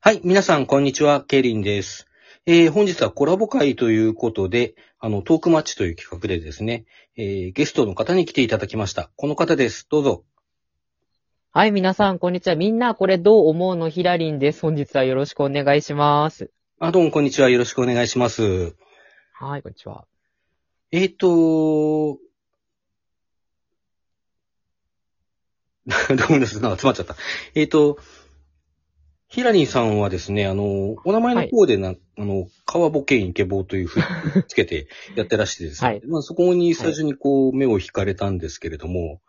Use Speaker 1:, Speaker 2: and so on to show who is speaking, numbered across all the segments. Speaker 1: はい、皆さん、こんにちは、ケイリンです。えー本日はコラボ会ということで、あの、トークマッチという企画でですね、えーゲストの方に来ていただきました。この方です。どうぞ。
Speaker 2: はい、皆さん、こんにちは。みんな、これどう思うのヒラリンです。本日はよろしくお願いします。
Speaker 1: あ、どうも、こんにちは。よろしくお願いします。
Speaker 2: はい、こんにちは。
Speaker 1: えっ、 と、ごめんなさい、なんか詰まっちゃった。えっ、と、ヒラリンさんはですね、あの、お名前の方でな、あの、川ボケインケボーというふうにつけてやってらしてですね、
Speaker 2: はい
Speaker 1: まあそこに最初にこう、目を惹かれたんですけれども、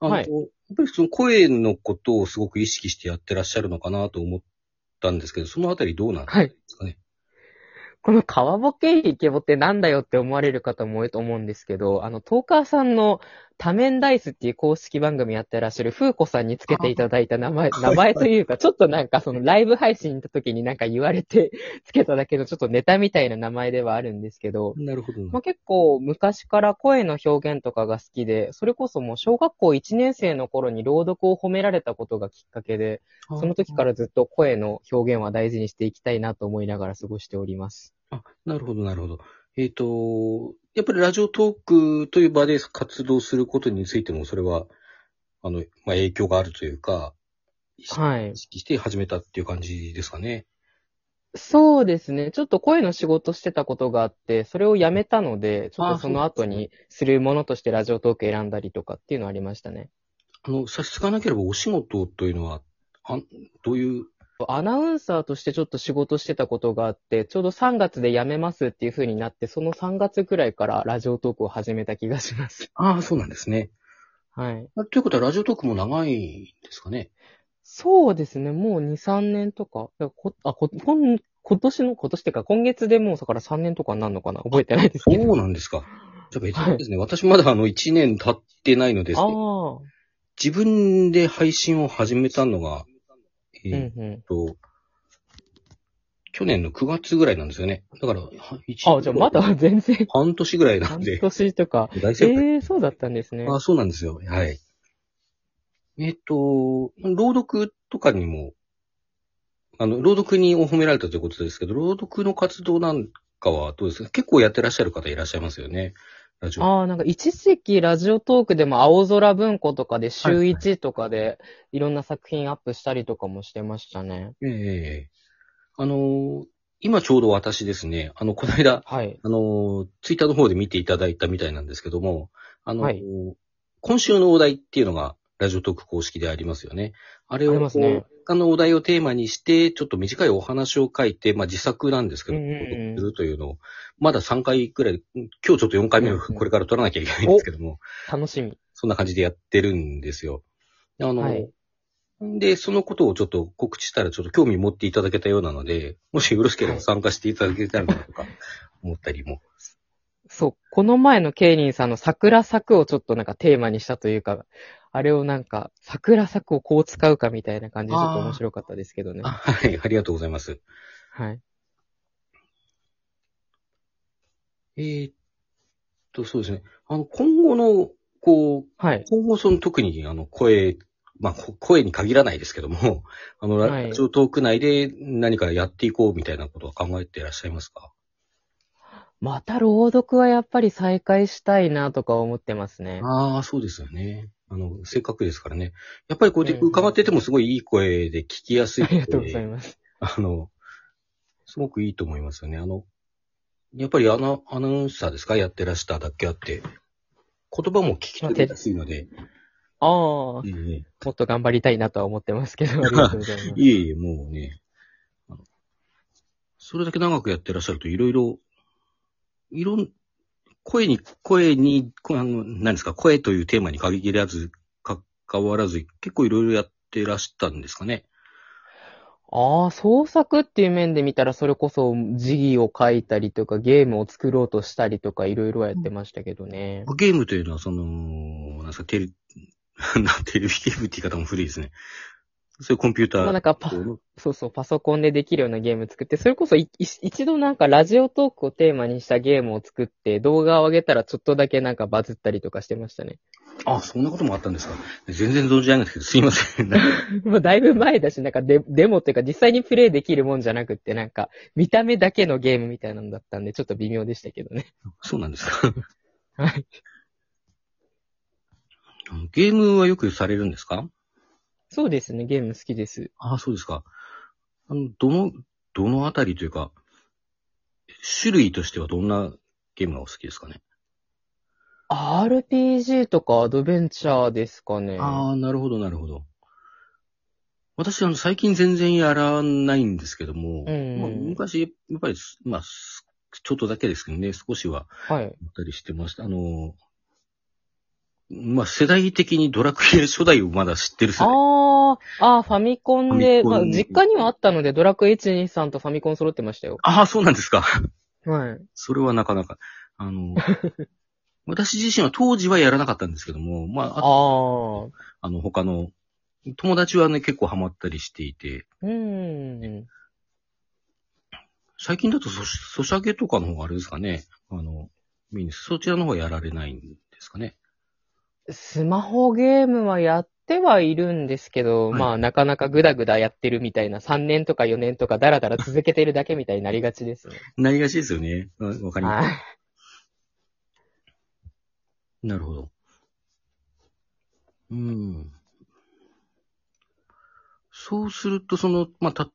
Speaker 1: あの、
Speaker 2: はい
Speaker 1: やっぱりその声のことをすごく意識してやってらっしゃるのかなと思ったんですけど、そのあたりどうなんで
Speaker 2: はい。
Speaker 1: すかね。
Speaker 2: この川ボケイケボってなんだよって思われる方も多いと思うんですけど、あの、トーカーさんの多面ダイスっていう公式番組やってらっしゃるフーコさんにつけていただいた名前、
Speaker 1: あ
Speaker 2: 名前というか、ちょっとなんかそのライブ配信行った時になんか言われてつけただけのちょっとネタみたいな名前ではあるんですけど、
Speaker 1: なるほど。。
Speaker 2: まあ、結構昔から声の表現とかが好きで、それこそもう小学校1年生の頃に朗読を褒められたことがきっかけで、その時かららずっと声の表現は大事にしていきたいなと思いながら過ごしております。
Speaker 1: あ、なるほど、なるほど。えっ、と、やっぱりラジオトークという場で活動することについても、それは、あの、まあ、影響があるというか、意識
Speaker 2: はい
Speaker 1: 意。識して始めたっていう感じですかね。
Speaker 2: そうですね。ちょっと声の仕事してたことがあって、それをやめたので、ちょっとその後にするものとしてラジオトーク選んだりとかっていうのはありましたね。
Speaker 1: あの、差し支えなければお仕事というのは、あどういう、
Speaker 2: アナウンサーとしてちょっと仕事してたことがあって、ちょうど3月で辞めますっていう風になって、その3月くらいからラジオトークを始めた気がします。
Speaker 1: ああ、そうなんですね。
Speaker 2: はい。
Speaker 1: あということは、ラジオトークも長いですかね。
Speaker 2: そうですね、もう2、3年とか。だからこあここん今年の、今年っていうか、今月でもうだから3年とかになるのかな覚えてないですけど。
Speaker 1: そうなんですか。じゃあ別にですね、私まだあの、1年経ってないのですけど、
Speaker 2: ああ、
Speaker 1: 自分で配信を始めたのが、え
Speaker 2: う
Speaker 1: ー
Speaker 2: んうん。
Speaker 1: えっと、去年の9月ぐらいなんですよね。だから、一
Speaker 2: あじゃあまだ全然、
Speaker 1: 半年ぐらいなん
Speaker 2: 半
Speaker 1: で、
Speaker 2: 年とか。
Speaker 1: 大
Speaker 2: え
Speaker 1: 先輩。
Speaker 2: えそうだったんですね。
Speaker 1: あ、そうなんですよ。はい。えっと、朗読とかにも、あの、朗読にお褒められたということですけど、朗読の活動なんかはどうですか結構やってらっしゃる方いらっしゃいますよね。ラジオ。
Speaker 2: ああ、なんか一時期ラジオトークでも青空文庫とかで週1とかでいろんな作品アップしたりとかもしてましたね。
Speaker 1: ええあの、今ちょうど私ですね、あの、この間、
Speaker 2: はい。
Speaker 1: あの、ツイッターの方で見ていただいたみたいなんですけども、あの、
Speaker 2: はい
Speaker 1: 今週のお題っていうのが、ラジオトーク公式でありますよね。あれをこ
Speaker 2: あり
Speaker 1: う、
Speaker 2: ますね
Speaker 1: 他のお題をテーマにして、ちょっと短いお話を書いて、まあ自作なんですけど、
Speaker 2: うんうんうん
Speaker 1: するというのを、まだ3回くらい、今日ちょっと4回目を
Speaker 2: うんうん
Speaker 1: これから取らなきゃいけないんですけども、
Speaker 2: 楽しみ。
Speaker 1: そんな感じでやってるんですよ。あの、
Speaker 2: はい
Speaker 1: で、そのことをちょっと告知したら、ちょっと興味持っていただけたようなので、もしよろしければ参加していただけたらなとか、思ったりも。
Speaker 2: そう、この前のケイリンさんの桜作をちょっとなんかテーマにしたというか、あれをなんか桜作をこう使うかみたいな感じでちょっと面白かったですけどね
Speaker 1: あ。はい、ありがとうございます。
Speaker 2: はい。
Speaker 1: えーっと、そうですね。あの、今後の、こう、
Speaker 2: はい。
Speaker 1: 今後その特にあの、声、まあ、こ声に限らないですけども、 あの、ラ
Speaker 2: はい
Speaker 1: ラジオトーク内で何かやっていこうみたいなことは考えていらっしゃいますか
Speaker 2: また朗読はやっぱり再開したいなとか思ってますね。
Speaker 1: ああ、そうですよね。あの、せっかくですからね。やっぱりこうやって
Speaker 2: うん
Speaker 1: 伺っててもすごいいい声で聞きやすい
Speaker 2: あ
Speaker 1: ので。
Speaker 2: りがとうございます。
Speaker 1: あの、すごくいいと思いますよね。あの、やっぱりアナアナウンサーですかやってらしただけあって、言葉も聞き取りやすいので、
Speaker 2: ああ、も
Speaker 1: ええ
Speaker 2: っと頑張りたいなとは思ってますけど、ありがとうございます。
Speaker 1: いえいえ、もうね、あのそれだけ長くやってらっしゃると、いろいろ、いろん、声に、声に、こあの、何ですか、声というテーマに限らず、か関わらず、結構いろいろやってらしたんですかね。
Speaker 2: ああ、創作っていう面で見たら、それこそ、字義を書いたりとか、ゲームを作ろうとしたりとか、いろいろはやってましたけどね。
Speaker 1: ゲームというのは、その、なんですか、テレ、なんテレビゲームって言い方も古いですね。そういうコンピュータ
Speaker 2: まあなん
Speaker 1: ー
Speaker 2: かパ、
Speaker 1: の、
Speaker 2: そうそう、パソコンでできるようなゲーム作って、それこそいい一度なんかラジオトークをテーマにしたゲームを作って、動画を上げたらちょっとだけなんかバズったりとかしてましたね。
Speaker 1: あ、そんなこともあったんですか。全然存じ上げないんですけど、すいませ ん。
Speaker 2: もうだいぶ前だし、なんかデデモっていうか実際にプレイできるもんじゃなくって、なんか見た目だけのゲームみたいなのだったんで、ちょっと微妙でしたけどね。
Speaker 1: そうなんですか。
Speaker 2: はい。
Speaker 1: ゲームはよくされるんですか
Speaker 2: そうですね、ゲーム好きです。
Speaker 1: ああ、そうですか。あの、どの、どのあたりというか、種類としてはどんなゲームがお好きですかね。
Speaker 2: RPG とかアドベンチャーですかね。
Speaker 1: ああ、なるほど、なるほど。私、あの、最近全然やらないんですけども、
Speaker 2: うん
Speaker 1: まあ昔、やっぱり、まあ、すちょっとだけですけどね、少しは
Speaker 2: はい。
Speaker 1: やったりしてました。あの、まあ、世代的にドラクエ初代をまだ知ってる世
Speaker 2: あ
Speaker 1: 代。
Speaker 2: ーあー、ファミコンで、
Speaker 1: ファミ
Speaker 2: ま
Speaker 1: コ
Speaker 2: あ、
Speaker 1: ン
Speaker 2: 実家にはあったので、ドラクエ123とファミコン揃ってましたよ。
Speaker 1: ああ、そうなんですか。
Speaker 2: はい。
Speaker 1: それはなかなか。あの、私自身は当時はやらなかったんですけども、まあ、あ
Speaker 2: ああ。
Speaker 1: あの、他の、友達はね、結構ハマったりしていて、
Speaker 2: うん。
Speaker 1: 最近だとソシ、ソシャゲとかの方があれですかね、あの、メインですそちらの方はやられないんですかね。
Speaker 2: スマホゲームはやってはいるんですけど、
Speaker 1: はい
Speaker 2: まあ、なかなかぐだぐだやってるみたいな、3年とか4年とかだらだら続けてるだけみたいになりがちですね。
Speaker 1: なりがちですよね。あわかります。
Speaker 2: はい。
Speaker 1: なるほど。うん。そうすると、その、まあ、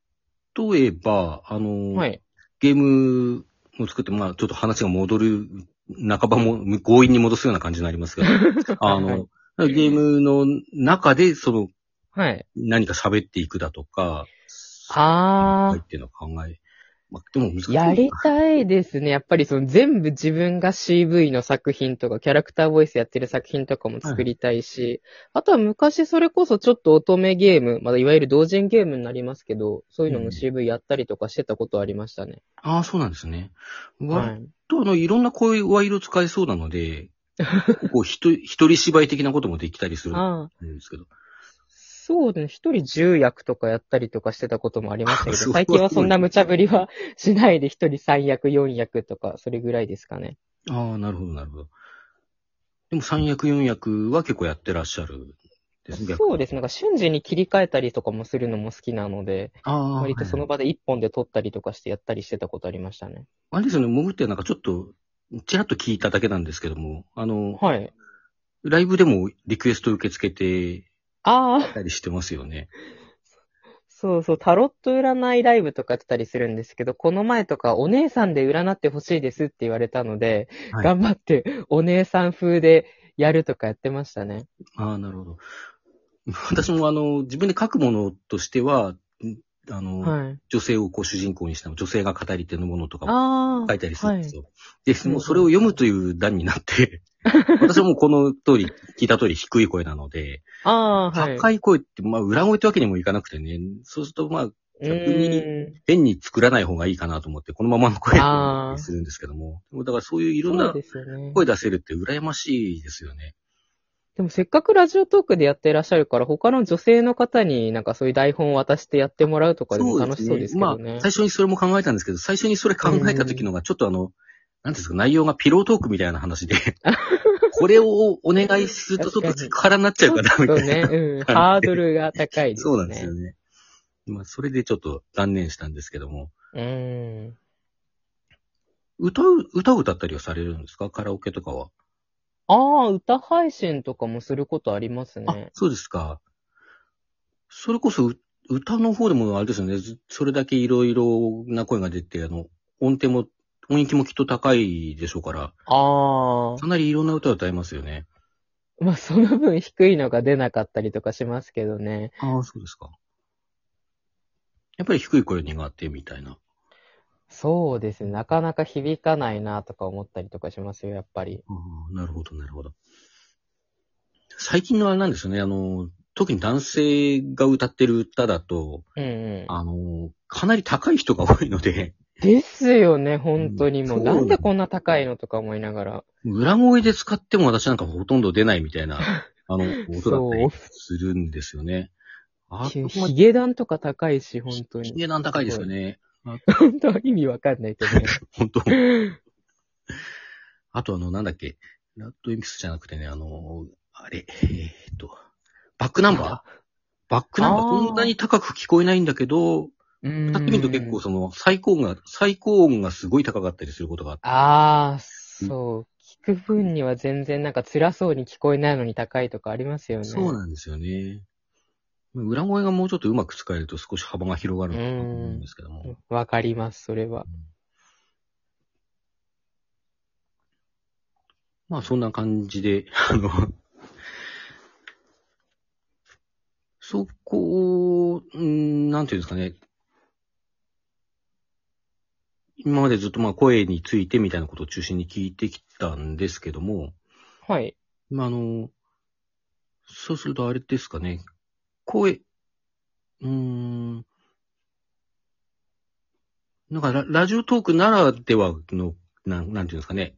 Speaker 1: 例えば、あの、
Speaker 2: はい。
Speaker 1: ゲームを作って、まあ、ちょっと話が戻る、半ばも強引に戻すような感じになりますが、 あの、ゲームの中で、その、
Speaker 2: はい。
Speaker 1: 何か喋っていくだとか、
Speaker 2: あ
Speaker 1: はいっていうのを考え、まあ、でも難し
Speaker 2: あ、
Speaker 1: い。
Speaker 2: やりたいですね。やっぱりその全部自分が CV の作品とか、キャラクターボイスやってる作品とかも作りたいし、あとは昔それこそちょっと乙女ゲーム、まだいわゆる同人ゲームになりますけど、そういうの
Speaker 1: うん
Speaker 2: も CV やったりとかしてたことありましたね。
Speaker 1: ああ、そうなんですね。
Speaker 2: は
Speaker 1: 割
Speaker 2: い。
Speaker 1: と、あの、いろんな声は色使えそうなの で、こう、ひと、一人芝居的なこともできたりする
Speaker 2: ああ。
Speaker 1: んですけど。
Speaker 2: そうね、一人十役とかやったりとかしてたこともありましたけ
Speaker 1: すご
Speaker 2: ど、
Speaker 1: い
Speaker 2: 最近はそんな無茶ぶりはしないで、一人三役、四役とか、それぐらいですかね。
Speaker 1: ああ、なるほど、なるほど。でも三役、四役は結構やってらっしゃるんですね。
Speaker 2: そうです
Speaker 1: ね。
Speaker 2: ね、なんか瞬時に切り替えたりとかもするのも好きなので、
Speaker 1: ああ、
Speaker 2: 割とそ
Speaker 1: はい
Speaker 2: の場で一本で撮ったりとかしてやったりしてたことありましたね。
Speaker 1: あれですよね、潜ってなんかちょっと、ちらっと聞いただけなんですけども、あの、
Speaker 2: はい。
Speaker 1: ライブでもリクエスト受け付けて
Speaker 2: ああ、
Speaker 1: たりしてますよね。
Speaker 2: そうそう、タロット占いライブとかやってたりするんですけど、この前とかお姉さんで占ってほしいですって言われたので、
Speaker 1: はい
Speaker 2: 頑張ってお姉さん風でやるとかやってましたね。
Speaker 1: ああ、なるほど。私もあの、自分で書くものとしては、んあの、
Speaker 2: はい。
Speaker 1: 女性をこう主人公にしたの、女性が語り手のものとかも
Speaker 2: ああ。
Speaker 1: 書いたりするんですよ。で、
Speaker 2: うん
Speaker 1: もうそれを読むという段にな って、私はもうこの通り、聞いた通り低い声なので、
Speaker 2: ああ、はい。
Speaker 1: 高い声って、まあ裏声ってわけにもいかなくてね、そうするとまあ、
Speaker 2: うーん
Speaker 1: 変に作らない方がいいかなと思って、このままの声
Speaker 2: あー
Speaker 1: にするんですけども、でもだからそういういろん
Speaker 2: そう
Speaker 1: な
Speaker 2: ですよね。
Speaker 1: 声出せるって羨ましいですよね。
Speaker 2: でもせっかくラジオトークでやっていらっしゃるから、他の女性の方になんかそういう台本を渡してやってもらうとかでも楽しそうですけ
Speaker 1: ま
Speaker 2: ど
Speaker 1: あ
Speaker 2: ね、。
Speaker 1: 最初にそれも考えたんですけど、最初にそれ考えた時のが、ちょっとあの、なんていうんですか、内容がピロートークみたいな 話で、これをお願いするとちょっとセクハラになっちゃうかな、み
Speaker 2: そ
Speaker 1: た
Speaker 2: う
Speaker 1: い
Speaker 2: ね
Speaker 1: な。、
Speaker 2: うん。ハードルが高いですね。
Speaker 1: そうなんですよね。まあ、それでちょっと断念したんですけども、
Speaker 2: うん。
Speaker 1: 歌う、歌を歌ったりはされるんですかカラオケとかは。
Speaker 2: ああ、歌配信とかもすることあります
Speaker 1: あ
Speaker 2: ね、。
Speaker 1: そうですか。それこそう、歌の方でもあれですよね。ずそれだけいろいろな声が出て、あの、音程も、音域もきっと高いでしょうから、
Speaker 2: あ
Speaker 1: かなりいろんな歌を歌えますよね。
Speaker 2: あ。まあ、その分低いのが出なかったりとかしますけどね。
Speaker 1: ああ、そうですか。やっぱり低い声苦手みたいな。
Speaker 2: そうですね。なかなか響かないなとか思ったりとかしますよ、やっぱり。
Speaker 1: ああ、なるほど、なるほど。最近のあれなんですよね。あの、特に男性が歌ってる歌だと、
Speaker 2: うんうん。
Speaker 1: あの、かなり高い人が多いので、
Speaker 2: ですよね、本当にもう。
Speaker 1: そう
Speaker 2: なんでこんな高いのとか思いながら。
Speaker 1: 裏声で使っても私なんかほとんど出ないみたい な、あの、音だった
Speaker 2: そ
Speaker 1: り
Speaker 2: う
Speaker 1: するんですよね。あ、
Speaker 2: ヒ
Speaker 1: まあ
Speaker 2: ゲダンとか高いし、本当
Speaker 1: ヒ
Speaker 2: に。
Speaker 1: ゲなん高いですよ ね。
Speaker 2: 本当は意味わかんないけどね。
Speaker 1: 本 当。あとあの、なんだっけ、ラッドエミスじゃなくてね、あの、あれ、えーっと、バック ナンバーバックナンバー
Speaker 2: あー
Speaker 1: そんなに高く聞こえないんだけど、
Speaker 2: うん
Speaker 1: 歌ってみると結構その最高音が、最高音がすごい高かったりすることがあって、
Speaker 2: ああ、そう。聞く分には全然なんか辛そうに聞こえないのに高いとかありますよね。
Speaker 1: そうなんですよね。裏声がもうちょっとうまく使えると少し幅が広がるのかなと思うんですけども。
Speaker 2: わかります、それは。
Speaker 1: まあそんな感じで、 あの、そこを、うんなんていうんですかね。今までずっとまあ声についてみたいなことを中心に聞いてきたんですけども、
Speaker 2: はい。
Speaker 1: まああの、そうするとあれですかね。声、うーん。なんかララジオトークならではの、なん、なんていうんですかね。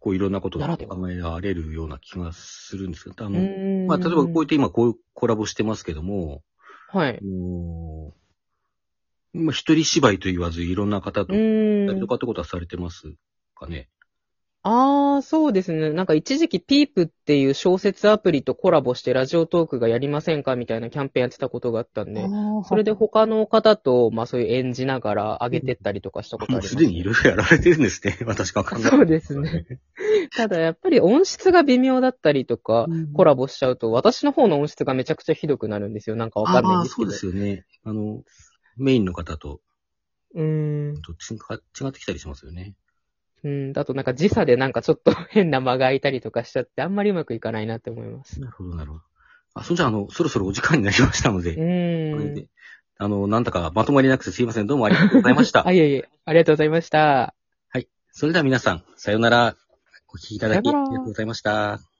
Speaker 1: こういろんなこと
Speaker 2: な
Speaker 1: が
Speaker 2: らでは
Speaker 1: 考えられるような気がするんですけど、あ
Speaker 2: う
Speaker 1: の、
Speaker 2: ーん
Speaker 1: まあ、例えばこうやって今こうコラボしてますけども、
Speaker 2: はい。
Speaker 1: あのーまあ、一人芝居と言わずいろんな方
Speaker 2: う
Speaker 1: と、
Speaker 2: ーん
Speaker 1: と。かってことはされてますかね。
Speaker 2: ああ、そうですね。なんか一時期ピープっていう小説アプリとコラボしてラジオトークがやりませんかみたいなキャンペーンやってたことがあったんで、それで他の方と、まあそういう演じながら上げてったりとかしたことあり
Speaker 1: も
Speaker 2: ま
Speaker 1: う
Speaker 2: す、
Speaker 1: すでにいろいろやられてるんですね。 私が考え
Speaker 2: そうですね。 ただやっぱり音質が微妙だったりとか、コラボしちゃうと私の方の音質がめちゃくちゃひどくなるんですよ。なんかわかんないん
Speaker 1: ああ、
Speaker 2: です
Speaker 1: そ
Speaker 2: け
Speaker 1: う
Speaker 2: ど。
Speaker 1: ですよね。あの、メインの方と、
Speaker 2: うーん。
Speaker 1: と違違ってきたりしますよね。
Speaker 2: うん。だとなんか時差でなんかちょっと変な間が空いたりとかしちゃって、あんまりうまくいかないなって思います。
Speaker 1: なるほど、なるほど。あ、それじゃあ、あの、そろそろお時間になりましたの
Speaker 2: う
Speaker 1: で、これ
Speaker 2: ーん。
Speaker 1: であの、なんだかまとまりなくてすいません。どうもありがとうございました
Speaker 2: あ、。いえいえ、ありがとうございました。
Speaker 1: それでは皆さん、さようなら。お聞きいただき、
Speaker 2: さ
Speaker 1: あ
Speaker 2: よ
Speaker 1: り
Speaker 2: うな
Speaker 1: が
Speaker 2: ら
Speaker 1: とうございました。